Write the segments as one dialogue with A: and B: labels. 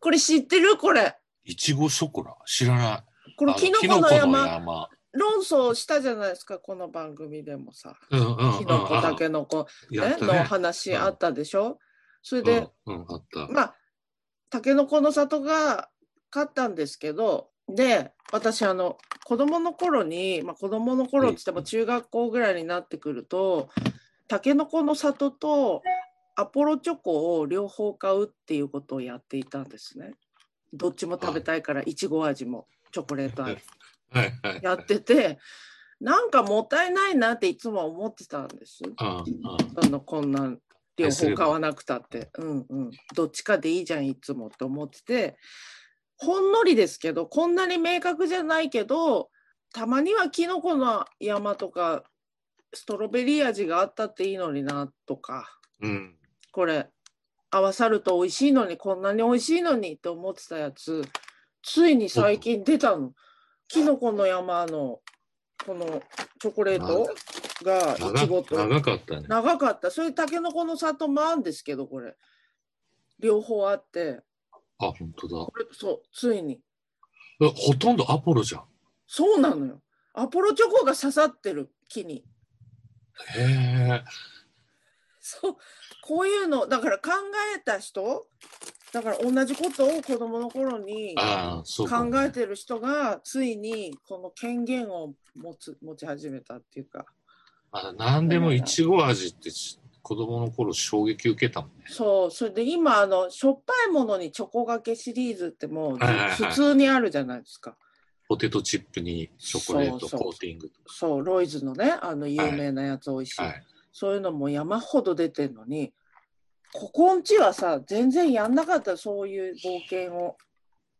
A: これ知ってるこれ。
B: いちごショコラ知らない。
A: この
B: あ
A: キノコの山、
B: キノコの山
A: 論争したじゃないですか、この番組でもさ。
B: うんうんうんうん
A: キノコ、タケノコ、
B: や
A: ね
B: った
A: の
B: ね。
A: 話
B: うん
A: あったでしょ。それ
B: う
A: で
B: ん、うん、あった。
A: まあ、タケノコの里が勝ったんですけど、で、私、あの、子供の頃に、まあ、子供の頃って言っても中学校ぐらいになってくると、タケノコの里とアポロチョコを両方買うっていうことをやっていたんですね。どっちも食べたいから、いちご味もチョコレート味も
B: はいはい。
A: やってて、なんかもったいないなっていつも思ってたんです。
B: うんうん。
A: そのこんなん両方買わなくたって、うんうん、どっちかでいいじゃんいつもって思っててほんのりですけどこんなに明確じゃないけどたまにはキノコの山とかストロベリー味があったっていいのになとか
B: うん。
A: これ合わさると美味しいのにこんなに美味しいのにって思ってたやつついに最近出たのキノコの山のこのチョコレートがいちご
B: 長
A: と。
B: 長かったね。
A: 長かったそういうたけのこの里もあるんですけどこれ両方あって
B: あ、本当
A: これそうついに
B: だ。えほとんどアポロじゃん。
A: そうなのよアポロチョコが刺さってる木に
B: へえ。
A: そうこういうのだから考えた人だから同じことを子供の頃に
B: ああ、そうか
A: 考えてる人がついにこの権限を持つ持ち始めたっていうか
B: あ何でもいちご味ってし子供の頃衝撃受けたもんね。
A: そうそれで今あのしょっぱいものにチョコがけシリーズってもう
B: はいはいはい
A: 普通にあるじゃないですか。
B: ポテトチップにチョコレート
A: そうそう
B: コーティングと
A: そう、ロイズのね、あの有名なやつ美味しい。
B: か。はい。
A: そういうのも山ほど出てんのに、ここんちはさ、全然やんなかった、そういう冒険を、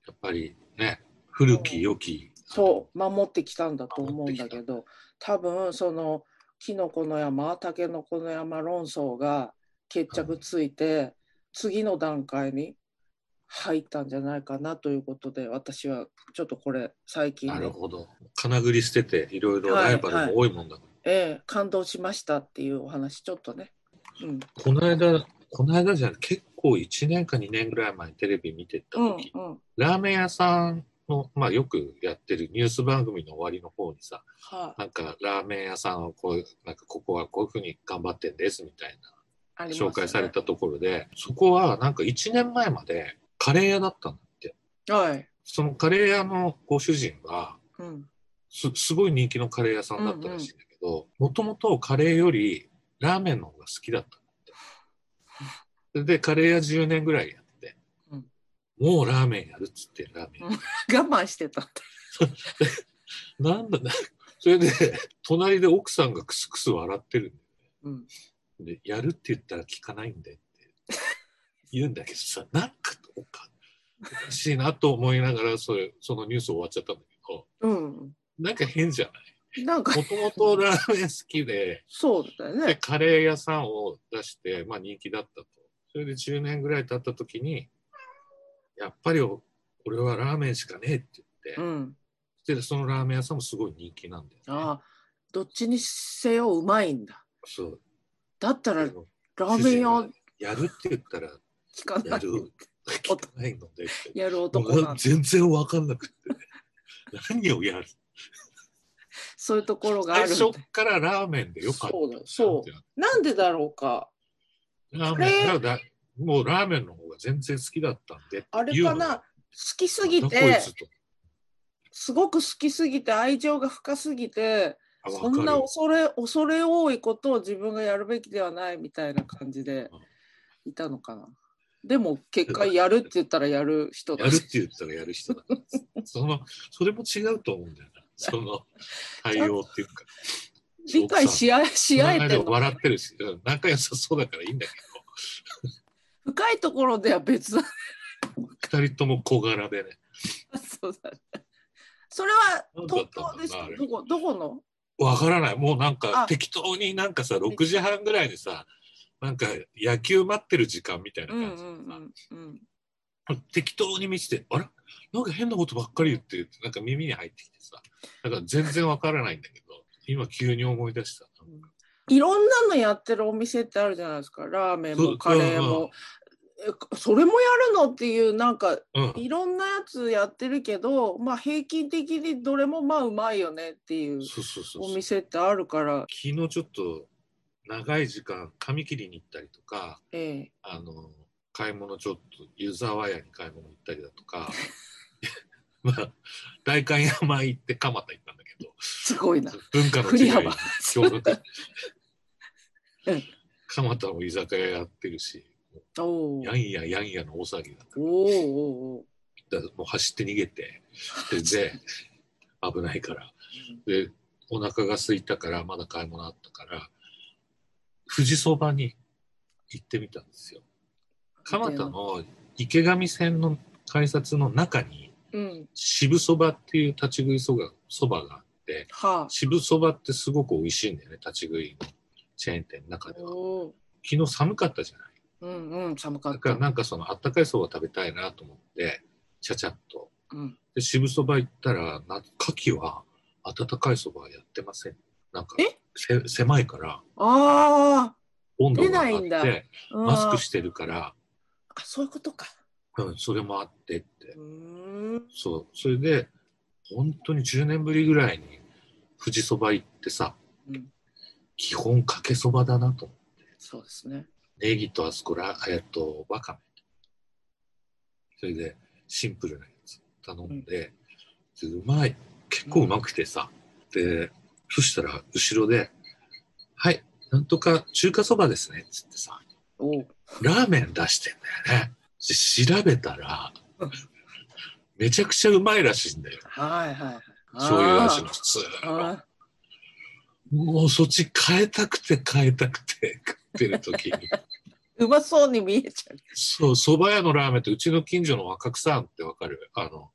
B: やっぱりね、古き良き。
A: そう、守ってきたんだと思うんだけど、多分、その、キノコの山、タケノコの山論争が決着ついて、次の段階に入ったんじゃないかなということで、私はちょっとこれ、最近
B: なる
A: の、
B: ほど。かなぐり捨てて、いろいろ
A: はい
B: ライバルも多いもんだから。
A: ええ感動しましたっていうお話、ちょっとね。うん
B: この間、この間じゃない結構1年か2年ぐらい前にテレビ見てた
A: うん
B: 時、
A: うん
B: ラーメン屋さんの、まあよくやってるニュース番組の終わりの方にさ、
A: は
B: なんかラーメン屋さんをこう、なんかここはこういうふうに頑張ってんですみたい
A: あ、り
B: な
A: ますね
B: 紹介されたところで、そこはなんか1年前までカレー屋だったんだって。
A: はい。
B: そのカレー屋のご主人は、
A: うん。
B: すすごい人気のカレー屋さんだったらしいんだけどもともとカレーよりラーメンの方が好きだったんだってそれでカレー屋10年ぐらいやって、
A: うん
B: もうラーメンやるっつってラーメン、
A: うん我慢してたんだ。
B: なんだな それで隣で奥さんがクスクス笑ってる
A: うん。
B: んでやるって言ったら聞かないんだよって言うんだけど さなんかどうかおかしいなと思いながらそれそのニュース終わっちゃったんだけど
A: うん。
B: なんか変じゃない
A: なんか、
B: もともとラーメン好きで
A: そうだよ
B: で
A: ね。
B: カレー屋さんを出して、まあ、人気だったとそれで10年ぐらい経った時にやっぱりお俺はラーメンしかねえって言って
A: う、ん。
B: でそのラーメン屋さんもすごい人気なんだよ、ね、
A: ああ、どっちにせようまいんだ。
B: そう
A: だったら、
B: あ
A: ラ
B: の
A: ーメン屋
B: やるって言ったら
A: 聞かな
B: や
A: い。
B: る聞かないのでって
A: やる男
B: も
A: な
B: うん
A: だ。
B: 全然分かんなくて何を やる
A: そういうところがあ
B: 最
A: るんだ。
B: 初からラーメンでよかった
A: そうだそう
B: ってなって
A: なんでだろうか。
B: ラーメンだからだもうラーメンの方が全然好きだったんで
A: あれ
B: 言う
A: か
B: のが
A: な。好きす
B: な
A: ぎ
B: んだこ
A: て
B: い、つと
A: すごく好きすぎて、愛情が深すぎて、
B: あ
A: そ
B: わか
A: ん
B: る
A: な恐れ、恐れ多いことを自分がやるべきではないみたいな感じでいたのかな。でも結果やるって言ったらやる人
B: や
A: だ
B: るっ
A: して
B: 言ったらやる人 だからそのそれも違うと思うんだよなその対応っていうか
A: 理解し合え、し合えて
B: で
A: るの
B: 笑ってるしうん仲良さそうだからいいんだけ
A: 深いところでは別だ。
B: ど二人とも小柄でね
A: そうだねそれは
B: なんだ
A: 東
B: ったんだ
A: 京
B: ろうな
A: ですか
B: あれ
A: どこ、どこの
B: わからないもうなんか
A: あ
B: 適当になんかさ6時半ぐらいにさなんか野球待ってる時間みたいな
A: うんう
B: 感
A: ん
B: じ
A: う
B: でさ、
A: んうん。
B: 適当に見せてあらなんか変なことばっかり言ってるなんか耳に入ってきてさだから全然わからないんだけど今急に思い出した
A: いろんなのやってるお店ってあるじゃないですか。ラーメン
B: そ
A: も
B: う
A: カレー
B: うんう
A: も
B: ん
A: えそれもやるのっていうなんか
B: うん、
A: いろんなやつやってるけど、まあ、平均的にどれもまあうまいよねっていう
B: そうそうそう
A: お
B: そう。
A: 店ってあるから、
B: 昨日ちょっと長い時間髪切りに行ったりとか、
A: え
B: あの買い物ちょっと湯沢屋に買い物行ったりだと か、まあ代官山行って蒲田行ったんだけど、
A: え、すごいな。
B: 文化の
A: 振り
B: 違い
A: 幅。
B: 強 力
A: うん。
B: 蒲田も居酒屋やってるし、
A: おー
B: やんややんやの大騒ぎだ
A: おーおーお
B: だからもう走って逃げてでで危ないからでお腹が空いたからまだ買い物あったから富士そばに行ってみたんですよ蒲田の池上線の改札の中に
A: ーうん。
B: 渋そばっていう立ち食いそばそばがあって
A: は
B: 渋そばってすごく美味しいんだよね立ち食いのチェーン店の中
A: あ。
B: では
A: おー
B: 昨日寒かったじゃない
A: うんうん、寒か
B: だ
A: っ
B: から
A: た。
B: なんかそのあったかいそば食べたいなと思ってちゃちゃっと
A: うん、
B: で渋そば行ったらな牡蠣は温かいそばはやってませんなんか
A: え
B: せ狭いから
A: あ
B: 温度があ
A: 出ないんだ
B: っ
A: う
B: て
A: あ、うん
B: マスクしてるか
A: あ、
B: ら、
A: そういうことか。
B: うん、それもあってって
A: うーん。
B: そうそれで本当に10年ぶりぐらいに富士そば行ってさ
A: うん、
B: 基本かけそばだなと
A: そうですね。
B: ネギとあそこらえっとわかめそれでシンプルなやつ頼んで、でうまい結構うまくてさ、でそしたら後ろで「はいなんとか中華そばですね」っつってさ
A: おー
B: ラーメン出してんだよねで調べたら
A: うん
B: めちゃくちゃうまいらしいんだよ
A: はいはいはい。
B: 醤油味の
A: あ
B: 普通
A: ー
B: の
A: あ
B: もうそっち変えたくて変えたくて食ってる時に
A: ー。うまそうに見えちゃう。
B: そう、蕎麦屋のラーメンって、うちの近所の若草庵ってわかるあの、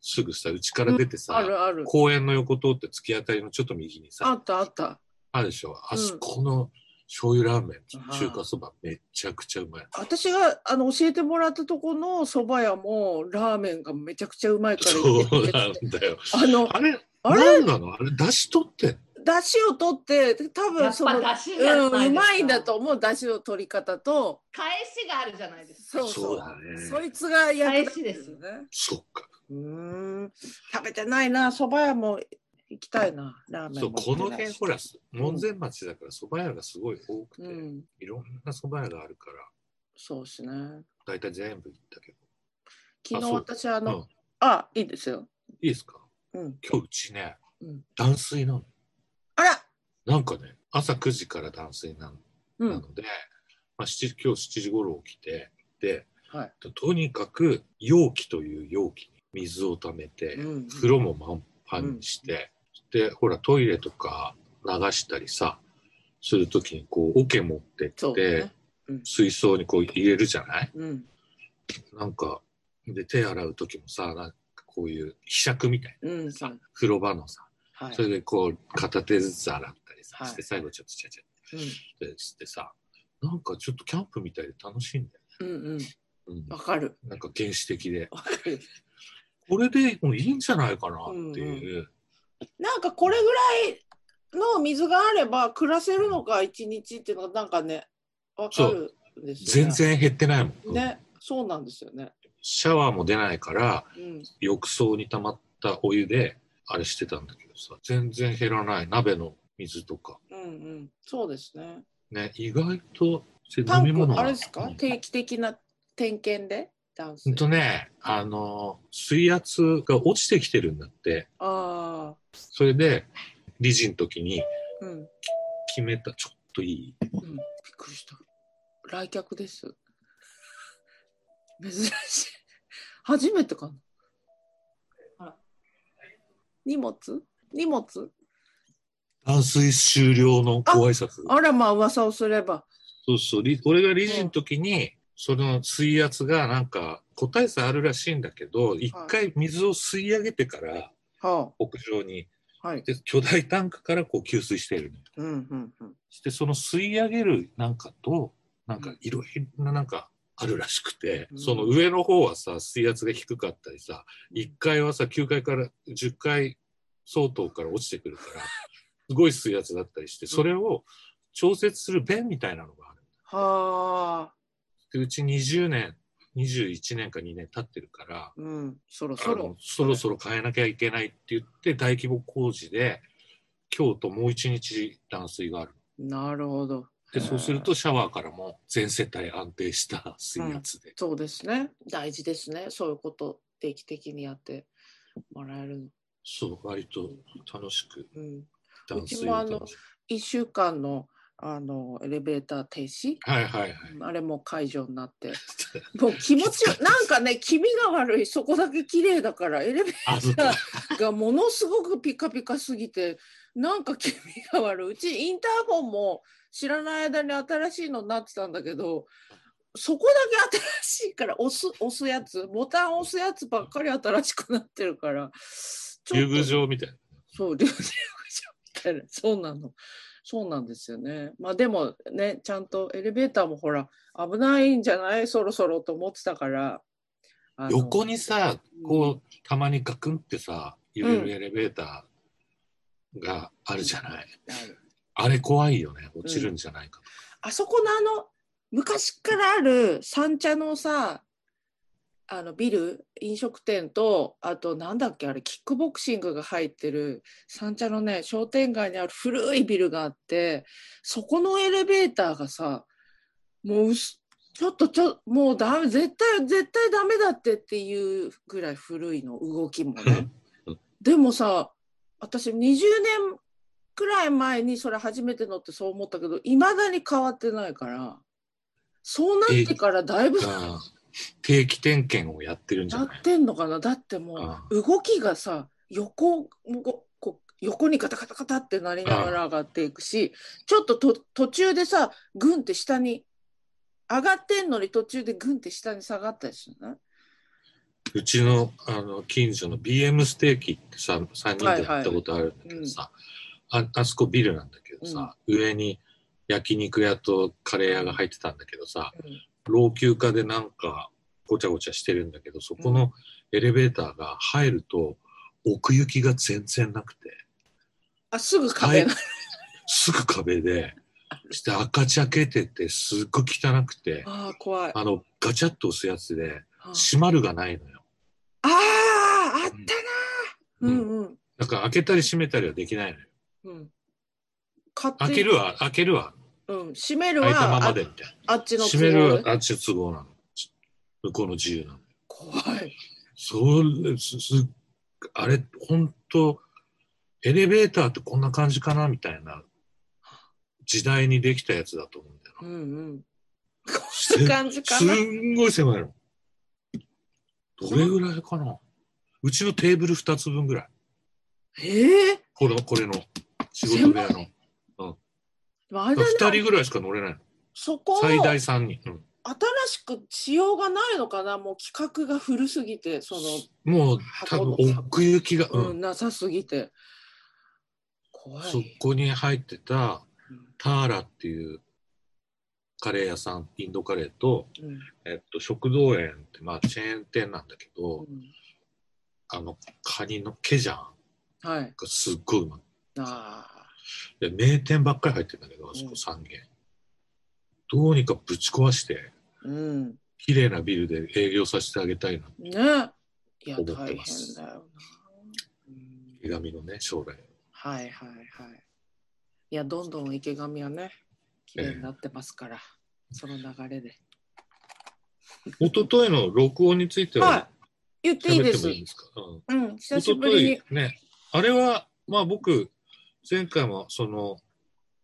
B: すぐさ、うちから出て
A: あ
B: さ、
A: るある。
B: 公園の横通って突き当たりのちょっと右に
A: あ
B: さ、
A: ったあった。
B: あるでしょあそこの醤油ラーメン、中華そばめちゃくちゃうまい。
A: 私があの教えてもらったとこの蕎麦屋もラーメンがめちゃくちゃうまいから
B: そう
A: 行って
B: な
A: て
B: んだよ。
A: あの
B: あれ、
A: あれ
B: なんなのあれ、出し取ってんの
A: 出汁を取って多
C: や
A: 分
C: っ
A: その
C: ぱ出汁じゃ
A: う、
C: なんいうですか
A: まいんだと。思う出汁の取り方と
C: 返しがあるじゃないです
A: そ
C: か。
A: うそう
B: だ
A: そ
B: ね。
A: いつがや
C: 返しですよ
A: ね
B: そっか。
A: うーん食べてないな蕎麦屋も行きたいなラーメン
B: そう、
A: も
B: この
A: 行ってない
B: 辺、
A: し
B: ほら、門前町だから蕎麦屋がすごい多く
A: う
B: て、
A: ん
B: いろんな蕎麦屋があるから、
A: そうですね
B: だいたい全部行ったけ
A: 昨日
B: そう
A: 私あの
B: ど。うん。
A: あいいですよ
B: いいですか
A: うん
B: 今日うちね、
A: うん
B: 断水なの
A: あら
B: なんかね朝9時から断水なの,、
A: う
B: なんので、まあ、7今日7時頃起きてで
A: はい
B: とにかく容器という容器に水をためて、
A: うん
B: 風呂も満帆にして、でほらトイレとか流したりさする時にこう桶持ってっ
A: そう
B: て、
A: ねうん
B: 水槽にこう入れるじゃない
A: うん
B: なんかで手洗う時もさなんかこういうひしゃくみたい
A: うん
B: なさ、
A: そう
B: 風呂場のさ
A: はい
B: それでこう片手ずつ洗ったりさ
A: はい
B: して最後ちょっとちゃちゃ
A: うん
B: ってしてさなんかちょっとキャンプみたいで楽しいんだよ
A: うん
B: ね、
A: うん、わかる。
B: うん、なんか原始的で
A: わかる。
B: これでもういいんじゃないかなっていう、
A: なんかこれぐらいの水があれば暮らせるのか一日っていうのがなんかね、わかるんですよ
B: 全
A: ね。
B: 然減ってないもん、
A: ね、そうなんですよね。
B: シャワーも出ないから
A: うん、
B: 浴槽に溜まったお湯であれしてたんだけどさ全然減らない鍋の水とか
A: うん、うん、そうですね。
B: ね意外とせ
A: タ
B: 飲み
A: ンク
B: 物が
A: あれですか
B: う？ん
A: 定期的な点検で断
B: ほ
A: 水
B: ん。とねあの水圧が落ちてきてるんだって
A: ああ、
B: それで理事の時に
A: うん、びっ
B: 決めたちょっといい
A: くりした。来客です。珍しい。初めてかな。
C: あら
A: 荷物？荷物？
B: 断水終了のご挨拶
A: あらまあ噂をすれば。
B: そうそうり俺が理事の時に、その水圧がなんか個体差あるらしいんだけど一回水を吸い上げてから
A: は
B: 屋上に
A: あ、はい。
B: で巨大タンクからこう給水してるのよ
A: うんうんうん。
B: してその吸い上げるなんかとなんかいろいろななんかあるらしくて、
A: うん
B: その上の方はさ水圧が低かったりさ1階はさ9階から10階相当から落ちてくるからすごい水圧だったりしてそれを調節する弁みたいなのがある
A: はあ。
B: でうち20年21年か2年経ってるから
A: うん、そろ
B: あ
A: そ
B: の
A: ろ。
B: そろそろ変えなきゃいけないって言って大規模工事で今日ともう1日断水がある
A: なるほど。
B: でそうするとシャワーからも全世帯安定した水圧で、
A: そうですね。大事ですね。そういうことを定期的にやってもらえるの。
B: そう割と楽しく
A: うん。
B: 断水
A: うちもあ
B: を
A: の
B: 楽しく
A: 1週間のあのエレベーター停止、
B: はいはいはい
A: あれも解除にな って、もう気持ちよ、なんかね、気味が悪い、そこだけ綺麗だから、エレベ
B: あそう
A: ー ターがものすごくピカピカすぎて、なんか気味が悪い。うちインターホンも知らない間に新しいのになってたんだけど、そこだけ新しいから、押す、押すやつ、ボタン押すやつばっかり新しくなってるから、ちょっ
B: 竜
A: と
B: 宮城みたいな
A: そう、留学者みたいな。そうなの。そうなんですよね。まあでもね、ちゃんとエレベーターもほら、危ないんじゃないそろそろと思ってたから。あの
B: 横にさこうたまにガクンってさ揺れるエレベーターがあるじゃない、
A: ある
B: あれ怖いよね落ちるんじゃないかと、
A: あそこのあの、昔からある三茶のさ、あのビル、飲食店と、あとなんだっけ、あれ、キックボクシングが入ってる三茶のね、商店街にある古いビルがあって、そこのエレベーターがさ、もううす、ちょっとちょ、もうダメ、絶対、絶対ダメだってっていうぐらい古いの、動きもね
B: うん。
A: でもさ、私20年くらい前にそれ初めて乗ってそう思ったけど、いまだに変わってないから、そうなってからだいぶ
B: うん定期点検をやってるんじゃ
A: な
B: ない
A: ってんのかなだってもう動きがさ横ここ横にカタカタカタってなりながら上がっていくしちょっとと途中でさグンって下に上がってんのに途中でグンって下に下がったりするな
B: うちのあの近所の BM ステーキってさ3人でやったことあるんだけどさ、ああそこビルなんだけどさ、上に焼肉屋とカレー屋が入ってたんだけどさ老朽化でなんかごちゃごちゃしてるんだけどそこのエレベーターが入ると奥行きが全然なくて
A: あすぐ壁が、
B: はいすぐ壁でそして赤ちゃけててすっごい汚くて
A: ああ怖いあ
B: あのガチャッと押すやつで
A: あ
B: 閉まるがないのよ。
A: あーあったなーうんうん
B: だから開けたり閉めたりはできないのよ。
A: うん勝手に
B: 開けるは、開けるは、
A: うん閉める
B: 開いたま
A: は
B: ま
A: あ
B: でみたい
A: あっち
B: な。
A: の
B: 閉めるは、あっちの都合なの。向こうの自由なの。
A: 怖い
B: それ、す、す、あれ、本当エレベーターってこんな感じかなみたいな時代にできたやつだと思うんだよ
A: う
B: な。
A: んうん
B: す
A: こんな感じか
B: す
A: なん
B: ごい狭いの。どれぐらいかなうちのテーブル2つ分ぐらい。
A: ええー
B: この、これの、仕事部屋の。
A: でもあれだね
B: 2人ぐらいしか乗れないの。
A: そこを
B: 最大
A: 新
B: 3人。うん
A: しくしようがないのかなもう企画が古すぎてそ
B: もう多分奥行きが、う
A: の、
B: ん
A: うん、なさすぎて怖
B: そ
A: い、
B: こに入ってた
A: うん
B: ターラっていうカレー屋さんインドカレーと、
A: うん
B: えっと、食堂園ってまあチェーン店なんだけ
A: う
B: ど、
A: ん
B: あのカニのケジャン
A: はい
B: がすっごいうまい
A: あ
B: で名店ばっかり入ってるんだけどあそこ3軒、どうにかぶち壊して
A: ーうん
B: 綺麗なビルで営業させてあげたいな
A: ねいや
B: 思って
A: 大
B: ま
A: 変
B: す
A: だよな、うん
B: 池上のね将来
A: はいはいはいいやどんどん池上はね綺麗になってますから、その流れで
B: 一昨日の録音については
A: はい言っていい
B: 喋っ
A: で
B: て
A: す
B: もいいですか、うん
A: うん久し
B: 一
A: ぶ
B: 昨
A: り
B: 日
A: に
B: ね、あれは、まあ僕、前回もその、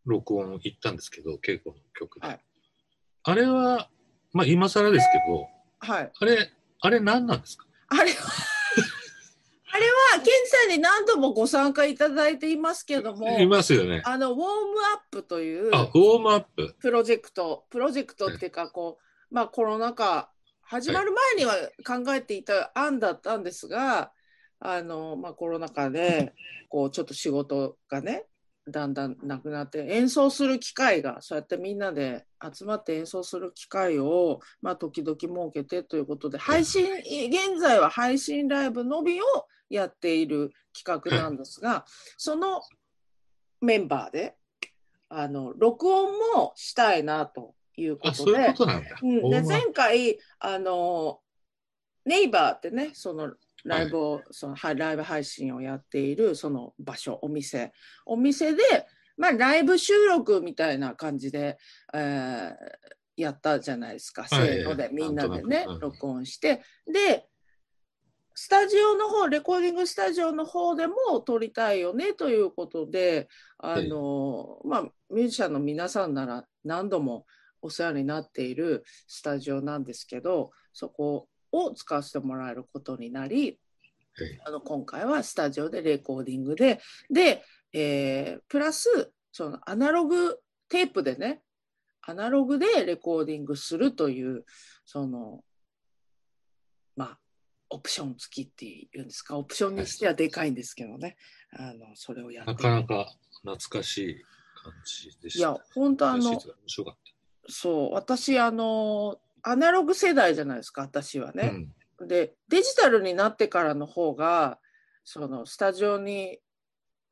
B: 録音行ったんですけど、稽古の曲で。
A: はい
B: あれは、まあ今更ですけど、
A: はい
B: あれ、あれ何なんですか
A: あれはあれは、ケンジさんに何度もご参加いただいていますけども、
B: いますよね。
A: あの、ウォームアップという
B: あ、ウォームアップ。
A: プロジェクト、プロジェクトっていうか、こう、まあ、コロナ禍、始まる前には考えていた案だったんですが、あの、まあ、コロナ禍で、こう、ちょっと仕事がね、だんだんなくなって、演奏する機会が、そうやってみんなで集まって演奏する機会を、まあ、時々設けてということで、配信、現在は配信ライブのみをやっている企画なんですが、そのメンバーで、あの、録音もしたいなというこ
B: あ、
A: と
B: そう
A: で
B: いうことなんだ。
A: うん、
B: 大
A: で
B: 間
A: 前回あのネイバーってねそのライブを、そのはいライブ配信をやっているその場所お店お店でまあライブ収録みたいな感じで、えーやったじゃないですかせ
B: はい
A: ーのでみんなで
B: なん
A: ね
B: となくうん
A: 録音してでスタジオの方レコーディングスタジオの方でも撮りたいよねということであの、まあ、ミュージシャンの皆さんなら何度もお世話になっているスタジオなんですけどそこを使わせてもらえることになり
B: はい
A: あの今回はスタジオでレコーディングでで、えープラスそのアナログテープでねアナログでレコーディングするというそのまあオプション付きっていうんですかオプションにしてはでかいんですけどねあのそれをやって
B: なかなか懐かしい感じでし
A: い
B: た。
A: や本当あ
B: 懐かしい
A: の
B: というか面白かっ
A: そう私あのアナログ世代じゃないですか私は
B: た。う
A: ね。
B: ん
A: でデジタルになってからの方がそのスタジオに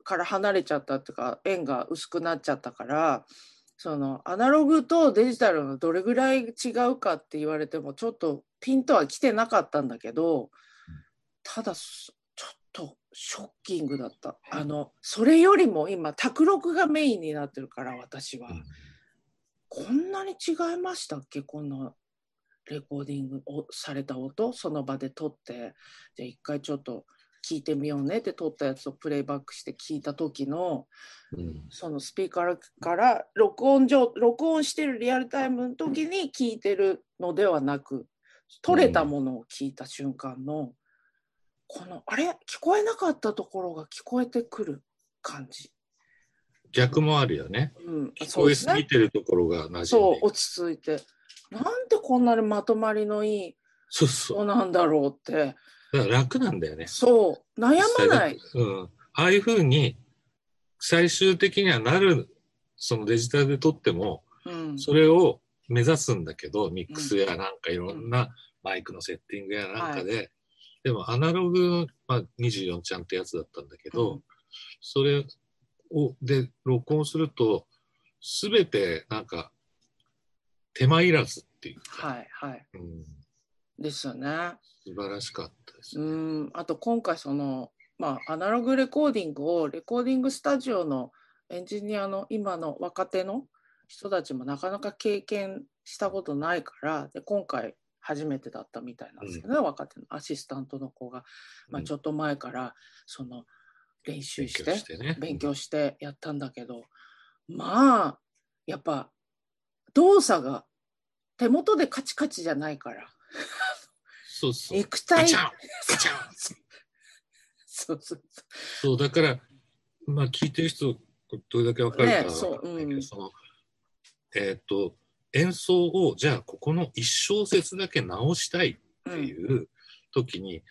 A: から離れちゃったっていうか縁が薄くなっちゃったからそのアナログとデジタルのどれぐらい違うかって言われてもちょっとピンとは来てなかったんだけどただそちょっとショッキングだったあのそれよりも今卓録がメインになってるから私は。
B: うん
A: こんなに違いましたっけこのレコーディングをされた音その場で撮ってじゃあ一回ちょっと聞いてみようねって撮ったやつをプレイバックして聞いた時の
B: うん
A: そのスピーカーから録音上録音してるリアルタイムの時に聞いてるのではなく撮れたものを聞いた瞬間の、このあれ聞こえなかったところが聞こえてくる感じ。
B: 逆もあるよね。
A: うん、
B: 聞
A: そう
B: こ
A: で
B: え
A: す
B: す
A: ね
B: ぎてるところが馴染ん
A: そ
B: でいうく。
A: 落ち着いてなんでこんなにまとまりのいい
B: そうそ
A: 人
B: う。
A: なんだろうって
B: だから楽なんだよね。
A: そう悩まない
B: うん。ああいうふうに、最終的にはなる、そのデジタルで撮っても、
A: うん
B: それを目指すんだけど、ミックスやなんかいろんなマイクのセッティングやなんかで、でもアナログ、まあ、24ちゃんってやつだったんだけど、
A: うん
B: それを、で、録音すると、すべてなんか、手間いらずっていうか、
A: はいはい
B: うん、
A: ですよね
B: 素晴らしかったです
A: う
B: ね。
A: んあと今回そのまあアナログレコーディングをレコーディングスタジオのエンジニアの今の若手の人たちもなかなか経験したことないからで今回初めてだったみたいなんですけどね、若手のアシスタントの子が、まあ、ちょ
B: っ
A: っと前からその練習し
B: 勉強
A: て
B: してね。
A: 勉強してやったんだけど、まあやっぱ動作が手元でカチカチじゃないから
B: そうそう。
A: 肉
B: ガ
A: 体
B: チャンガチャン
A: そうそうそ
B: そう、だから、まあ、聞いてる人、どれだけわかるか
A: ねそう
B: わかんないけど、
A: うん
B: その、えっ、と、演奏を、じゃあ、ここの一小節だけ直したいっ
A: う
B: て
A: うん
B: いう時に、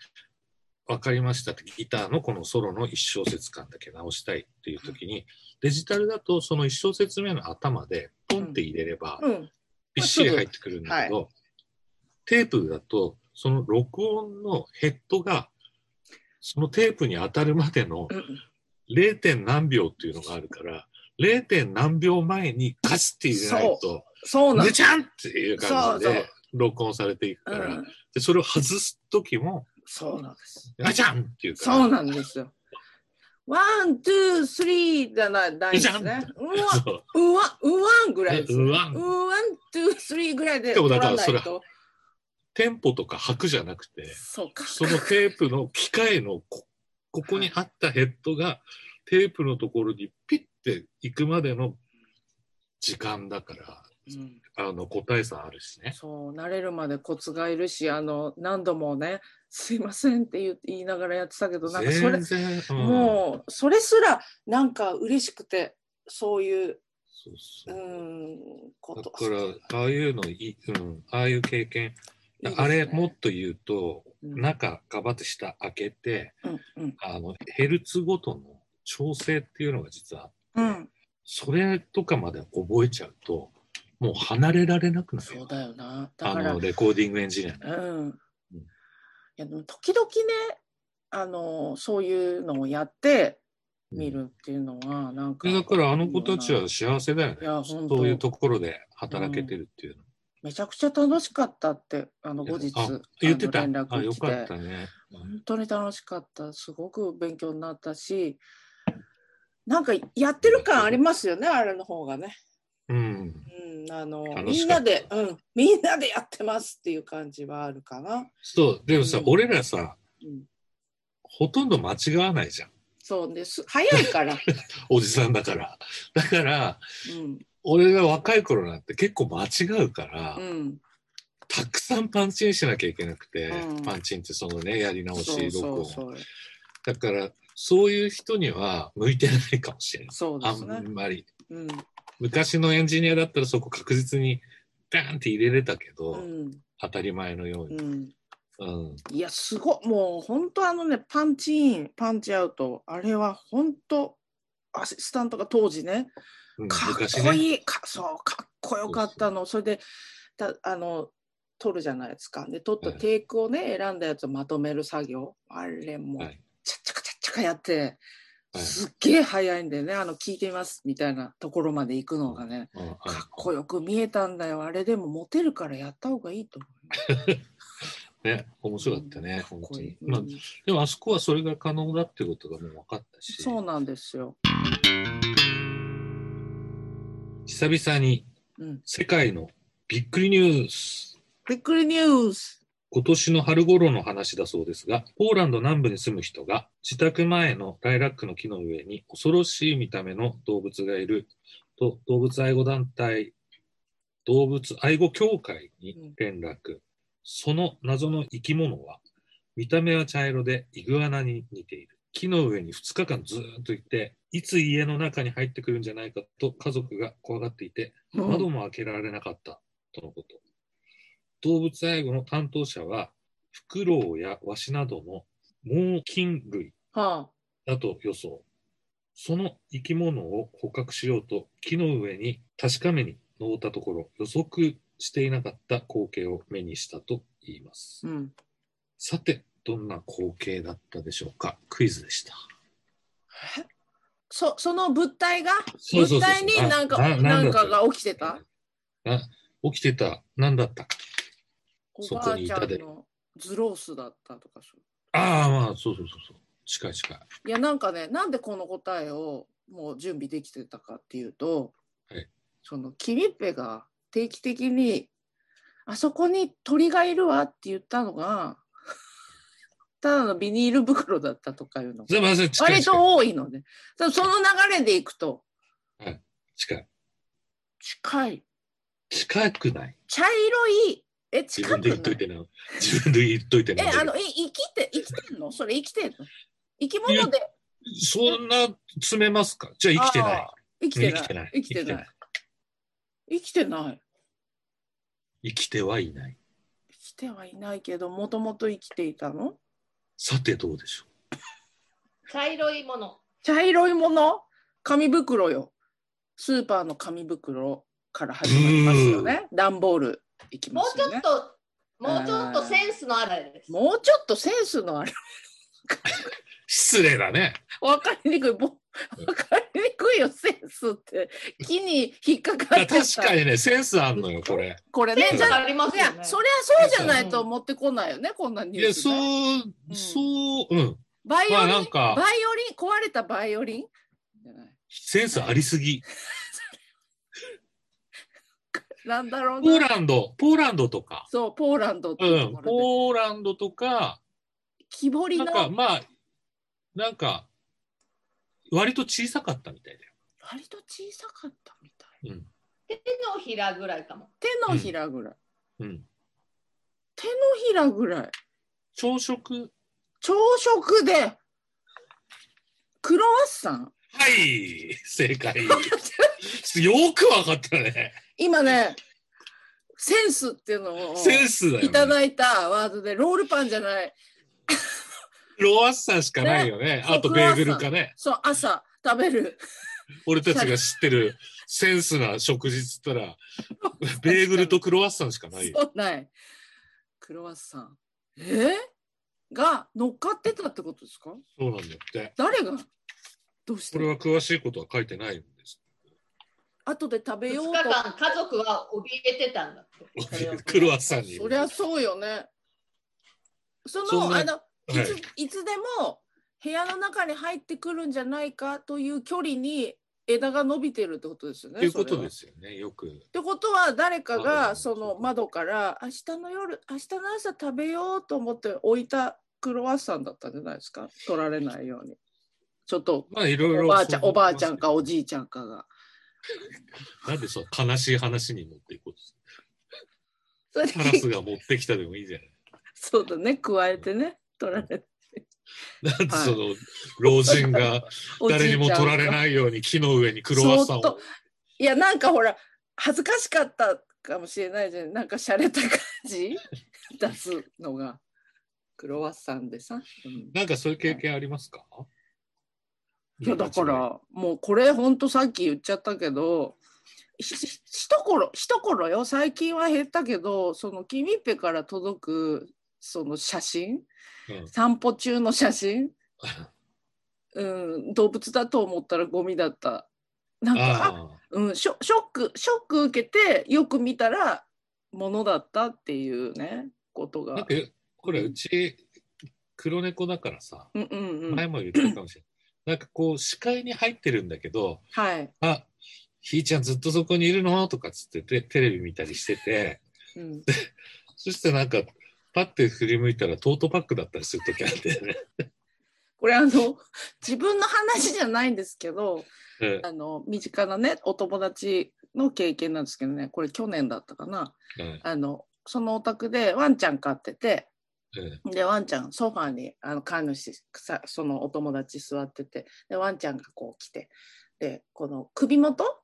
B: わ、かりましたって、ギターのこのソロの一小節間だけ直したいっていう時に、デジタルだと、その一小節目の頭で、ポンって入れれば、
A: うん
B: びっしり入ってくるんだけど、テープだと、その録音のヘッドが、そのテープに当たるまでの、
A: うん、
B: 0. 点何秒っていうのがあるから、0. 点何秒前にガチって入れないと、
A: そうなん
B: ぐちゃんっていう感じ
A: そうそう
B: で録音されていく
A: う
B: から、
A: ん、
B: でそれを外す時も、
A: そうなんです
B: ガチャンっていうから、
A: そうなんですよワン、ツー、スリーじゃない、大事ですね。うわ、
B: そう
A: うわ、うわんぐらいです。う
B: うわん
A: わん、ツー、スリーぐらいで。
B: でもだから
A: 取ない
B: そ
A: と
B: テンポとか拍じゃなくて、
A: そうか。
B: そのテープの機械のこここにあったヘッドが、テープのところにピッて行くまでの時間だから、
A: うん
B: あの個体差あるしね。
A: そう慣れるまでコツがいるしあの何度もね「すいません」って言う言いながらやってたけどなんかそれ
B: 全、然、うん
A: もうそれすらなんか嬉しくてそういう
B: そうそうう
A: ーんこ
B: だ
A: と
B: から、ああいうのいい、うん、ああいう経験。
A: いいですね
B: あれ、もっと言うと、
A: うん
B: 中、ガバッと下開けて、
A: うんうん
B: あの、ヘルツごとの調整っていうのが実はあって、
A: うん
B: それとかまで覚えちゃうと、もう離れられなくなる
A: そう
B: よ。
A: だよなだ
B: あ
A: から
B: の、レコーディングエンジニアね。
A: うんい
B: ん
A: やでも時々ねあのそういうのをやって見るっていうのはなんか
B: でだからあの子たちは幸せだよね
A: いや本当
B: そういうところで働けてるっていうの、
A: めちゃくちゃ楽しかったってあの後日
B: あ言ってた
A: あの連
B: あ
A: 絡
B: よ
A: 来て
B: かったね、
A: 本当に楽しかったすごく勉強になったしなんかやってる感ありますよねあれの方がね、
B: うん、
A: うん、あの
B: 楽
A: み
B: し
A: んな
B: かった
A: で、うん、みんなでやってますっていう感じはあるかな、
B: そうでもさ、
A: うん
B: 俺らさ
A: うん、
B: ほとんど間違わないじゃん
A: そうです早い から、
B: おじさんだからだから
A: うん
B: 俺が若い頃なんて結構間違うから、
A: うん、
B: たくさんパンチンしなきゃいけなくて、
A: うん
B: パンチンってそのねやり直し
A: そう
B: 録
A: そう
B: 音
A: そう
B: だからそういう人には向いてないかもしれない
A: そうです
B: あ
A: ね
B: ん、まり
A: うん
B: 昔のエンジニアだったらそこ確実にダーンって入れれたけど、
A: うん
B: 当たり前のよう
A: う
B: に、
A: ん、
B: うん、
A: いやすごいもう本当あのねパンチインパンチアウトあれは本当アシスタントが当時ね
B: うん
A: かっ
B: 昔
A: こ
B: ね
A: いい、かそうかっこよかったのそれでたあの撮るじゃないですかで撮った
B: はい
A: テイクをね、選んだやつをまとめる作業あれもう、
B: はい
A: ちゃっちゃかちゃっちゃかやって、
B: はい
A: すっげえ早いんだよねあの聞いてみますみたいなところまで行くのがね、
B: うんうん
A: かっこよく見えたんだよあれでもモテるからやった方がいいと思う
B: ね面白かったね、
A: うん
B: 本
A: かっこ
B: 当
A: い
B: に
A: い、
B: まあ
A: うん
B: でもあそこはそれが可能だってことがもう分かったし
A: そうなんですよ、
B: 久々に
A: うん、
B: 世界のびっくりニュース
A: びっくりニュース
B: 今年の春頃の話だそうですが、ポーランド南部に住む人が自宅前のライラックの木の上に恐ろしい見た目の動物がいると動物愛護団体、動物愛護協会に連絡。その謎の生き物は、見た目は茶色でイグアナに似ている。木の上に2日間ずーっといて、いつ家の中に入ってくるんじゃないかと家族が怖がっていて、窓も開けられなかったとのこと。動物愛護の担当者は、フクロウやワシなどの猛禽類
A: は
B: だと予想。その生き物を捕獲しようと木の上に確かめに登ったところ、予測していなかった光景を目にしたと言います
A: あ、う。ん、
B: さて、どんな光景だったでしょうかクイズでした。
A: そその物体が
B: そうそ
A: 物
B: うそう
A: 体になんか
B: なな
A: なん
B: だった
A: かが起きてた
B: あ起きてた、何だったか。
A: お
B: そ
A: ば
B: こ
A: あ
B: にい
A: ち
B: た
A: ゃん
B: で
A: のズロースだったとかそう
B: ああ、まあ、そうそうそうそう。近い近い。
A: いやなんかねなんでこの答えをもう準備できてたかっていうと、
B: はい
A: そのキミッペが定期的に「あそこに鳥がいるわ」って言ったの がただのビニール袋だったとかいうの
B: すいません、近い
A: 割
B: 近い。
A: と多いので、ただその流れでいくと
B: 近い。
A: 近い
B: 近くない
A: 茶色いえ
B: 自
A: 近
B: 分
A: く
B: で
A: な
B: 言っとい
A: い
B: てな。自分で言っといて
A: え
B: な。
A: あのえ生きて生きてんのそれ生きてんの生き物で
B: そんな詰めますかじゃあ生きてない
A: あ。生きて
B: 生きて
A: な
B: ない
A: 生
B: い
A: きてない生きてない
B: 生きてはいない。
A: 生きてはいないけどもともと生きていたの
B: さてどうでしょ
C: 茶色いもの。
A: 茶色いもの紙袋よスーパーの紙袋から始まりますよね段ボールいき
C: も
A: ま
C: う
A: す
C: ちょ
A: よ
C: っ
A: ね
C: と、もうちょっとセンスのあるあれです。
A: もうちょっとセンスのある
B: う失礼だね。
A: わかりにくいぼわかりにくいよセンスって木に引っかかっ
B: 確
A: ちゃっ
B: か
A: た
B: にね、センスあんのよ、これ。
A: これね
C: セン
A: じ
C: ス
A: ゃ
C: が
A: あ
C: あります
A: い
C: よ
A: や
C: ね。
A: そりゃそうじゃないと持ってこないよねこんなニ
B: い
A: ュー
B: や、
A: ス、
B: そう
A: ね、、ん
B: そう、うん。
A: バイオリン、
B: まあなんか
A: バイオリン壊れたバイオリンじゃない
B: センスありすぎ。
A: なんだろう
B: ポ
A: な。
B: ーランド、ポーランドとか。
A: そう、ポーランドって
B: う
A: いうと
B: ん。
A: ころで。
B: ポーランドとか、
A: 木彫り
B: な
A: の
B: んかまあ、なんか、割と小さかったみたいだよ。
A: 割と小さかったみたい。
B: うん。
C: 手のひらぐらいかも。
A: 手のひらぐらい。
B: うん。
A: 手のひらぐらい。
B: 朝食
A: 朝食で、クロワッサン。
B: はい、正解。よくわかったね。
A: 今ね、センスっていうのを
B: センスだよ、ね。
A: いただいたワードで、ロールパンじゃない。
B: ロワッサンしかないよね。
A: そう
B: あとベーグルかね。
A: そう、朝食べる。
B: 俺たちが知ってるセンスな食事っつっ たら、ベーグルとクロワッサンしかないよ。
A: そうない。クロワッサン。えーが乗っかってたってことですか
B: そうなんだって。
A: 誰がどうし
B: こ
A: て
B: れは詳しいことは書いてないん です。
A: 後で食べ
C: 2
A: よう
C: 日
A: と
C: 間家族は怯えてたんだって。
B: クロワッサンに。
A: そりゃそうよねその
B: そんな
A: あのい
B: はい
A: つ、い、つでも部屋の中に入ってくるんじゃないかという距離に枝が伸びてるってことですよね。。
B: ということですすよね、よく。
A: ってことは誰か
B: 窓
A: が
B: に
A: その窓から明日の夜明日の朝食べようと思って置いたクロワッサンだったんじゃないですか取られないように。ちょっと
B: まあ、いろいろ。
A: おばあちゃんおばあちゃんかおじいちゃんかが。
B: なんでそう悲しい話に持っていこうとす
A: それ
B: るカラス
A: で
B: が持ってきたでもいいじ ゃない。
A: そうだね加えてね取られない
B: なんで
A: はい
B: その老人が
A: おじいちゃん
B: 誰にも取られ
A: い
B: ないように木の上にクロワッサン
A: そーっ
B: を
A: と。いやなんかほら恥ずかしかったかもしれないじゃんなんか洒落た感じ 出すのがクロワッサンでさ、うん
B: なんかそういう経験ありますか
A: いやだか。らもうこれほんとさっき言っちゃったけどひひ一頃一頃よ最近は減ったけどその君っぺから届くその写真、
B: うん
A: 散歩中の写真、うん、動物だと思ったらゴミだったなんかあ
B: あ
A: うん、ショショックショック受けてよく見たらものだったっていうねこと
B: あ。なん
A: が
B: か、これうち、黒猫だからさ、
A: うんうんう
B: 前
A: ん
B: も言ったかもしれない。なんかこう、視界に入ってるんだけど、
A: はい、
B: あ、ひーちゃんずっとそこにいるのとかつっててテレビ見たりしてて、
A: うん、
B: そしてなんか、パッて振り向いたらトートバッグだったりする時あってね。
A: これあの自分の話じゃないんですけど
B: うん
A: あの身近なねお友達の経験なんですけどねこれ去年だったかな
B: うん
A: あのそのお宅でワンちゃん飼ってて
B: うん
A: でワンちゃんソファーにあの飼い主さそのお友達座っててでワンちゃんがこう来てでこの首元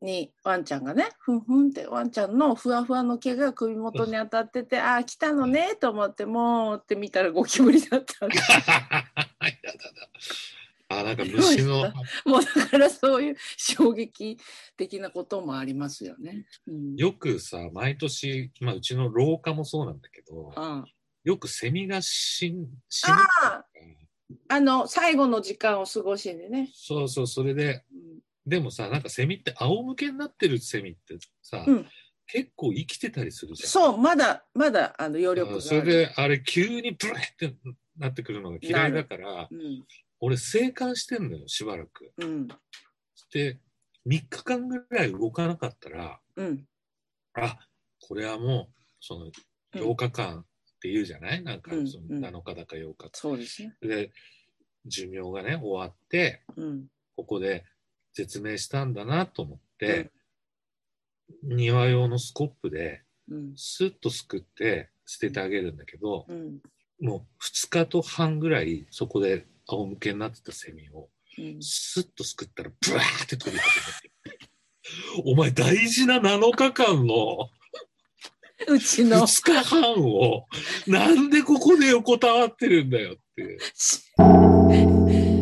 A: にワンちゃんがねふんふんってワンちゃんのふわふわの毛が首元に当たっててああ来たのねと思ってもうって見たらゴキブリだったんで
B: やだなあ、なんか虫の、
A: もうだからそういう衝撃的なこともありますよね。うん、
B: よくさ、毎年、まあうちの廊下もそうなんだけど、
A: あ
B: よくセミが死ん死ぬ
A: ああの最後の時間を過ごしにね。
B: そうそう、それで、でもさ、なんかセミって仰向けになってるセミってさ、
A: うん
B: 結構生きてたりするじゃん。
A: そうまだまだあの余力があ
B: うん
A: る。
B: それで、あれ、急にブレってなってくるのが嫌いだから、
A: うん
B: 俺、生還してんのよ、しばらく。
A: うん
B: で、3日間ぐらい動かなかったら、
A: うん
B: あ、これはもう、その、
A: うん
B: 8日間っていうじゃない、なんか、
A: うん
B: そ
A: うん
B: の7日だか8日、
A: そうですね。
B: で、寿命がね、終わって、
A: うん
B: ここで絶命したんだなと思って、庭用のスコップで、
A: うん
B: スッとすくって捨ててあげるんだけど、
A: うん
B: もう2日と半ぐらいそこで仰向けになってたセミを
A: うん
B: スッとすくったらブワーって飛び始めてお前大事な7日間の
A: うちの
B: 2日半をなんでここで横たわってるんだよっていう
A: し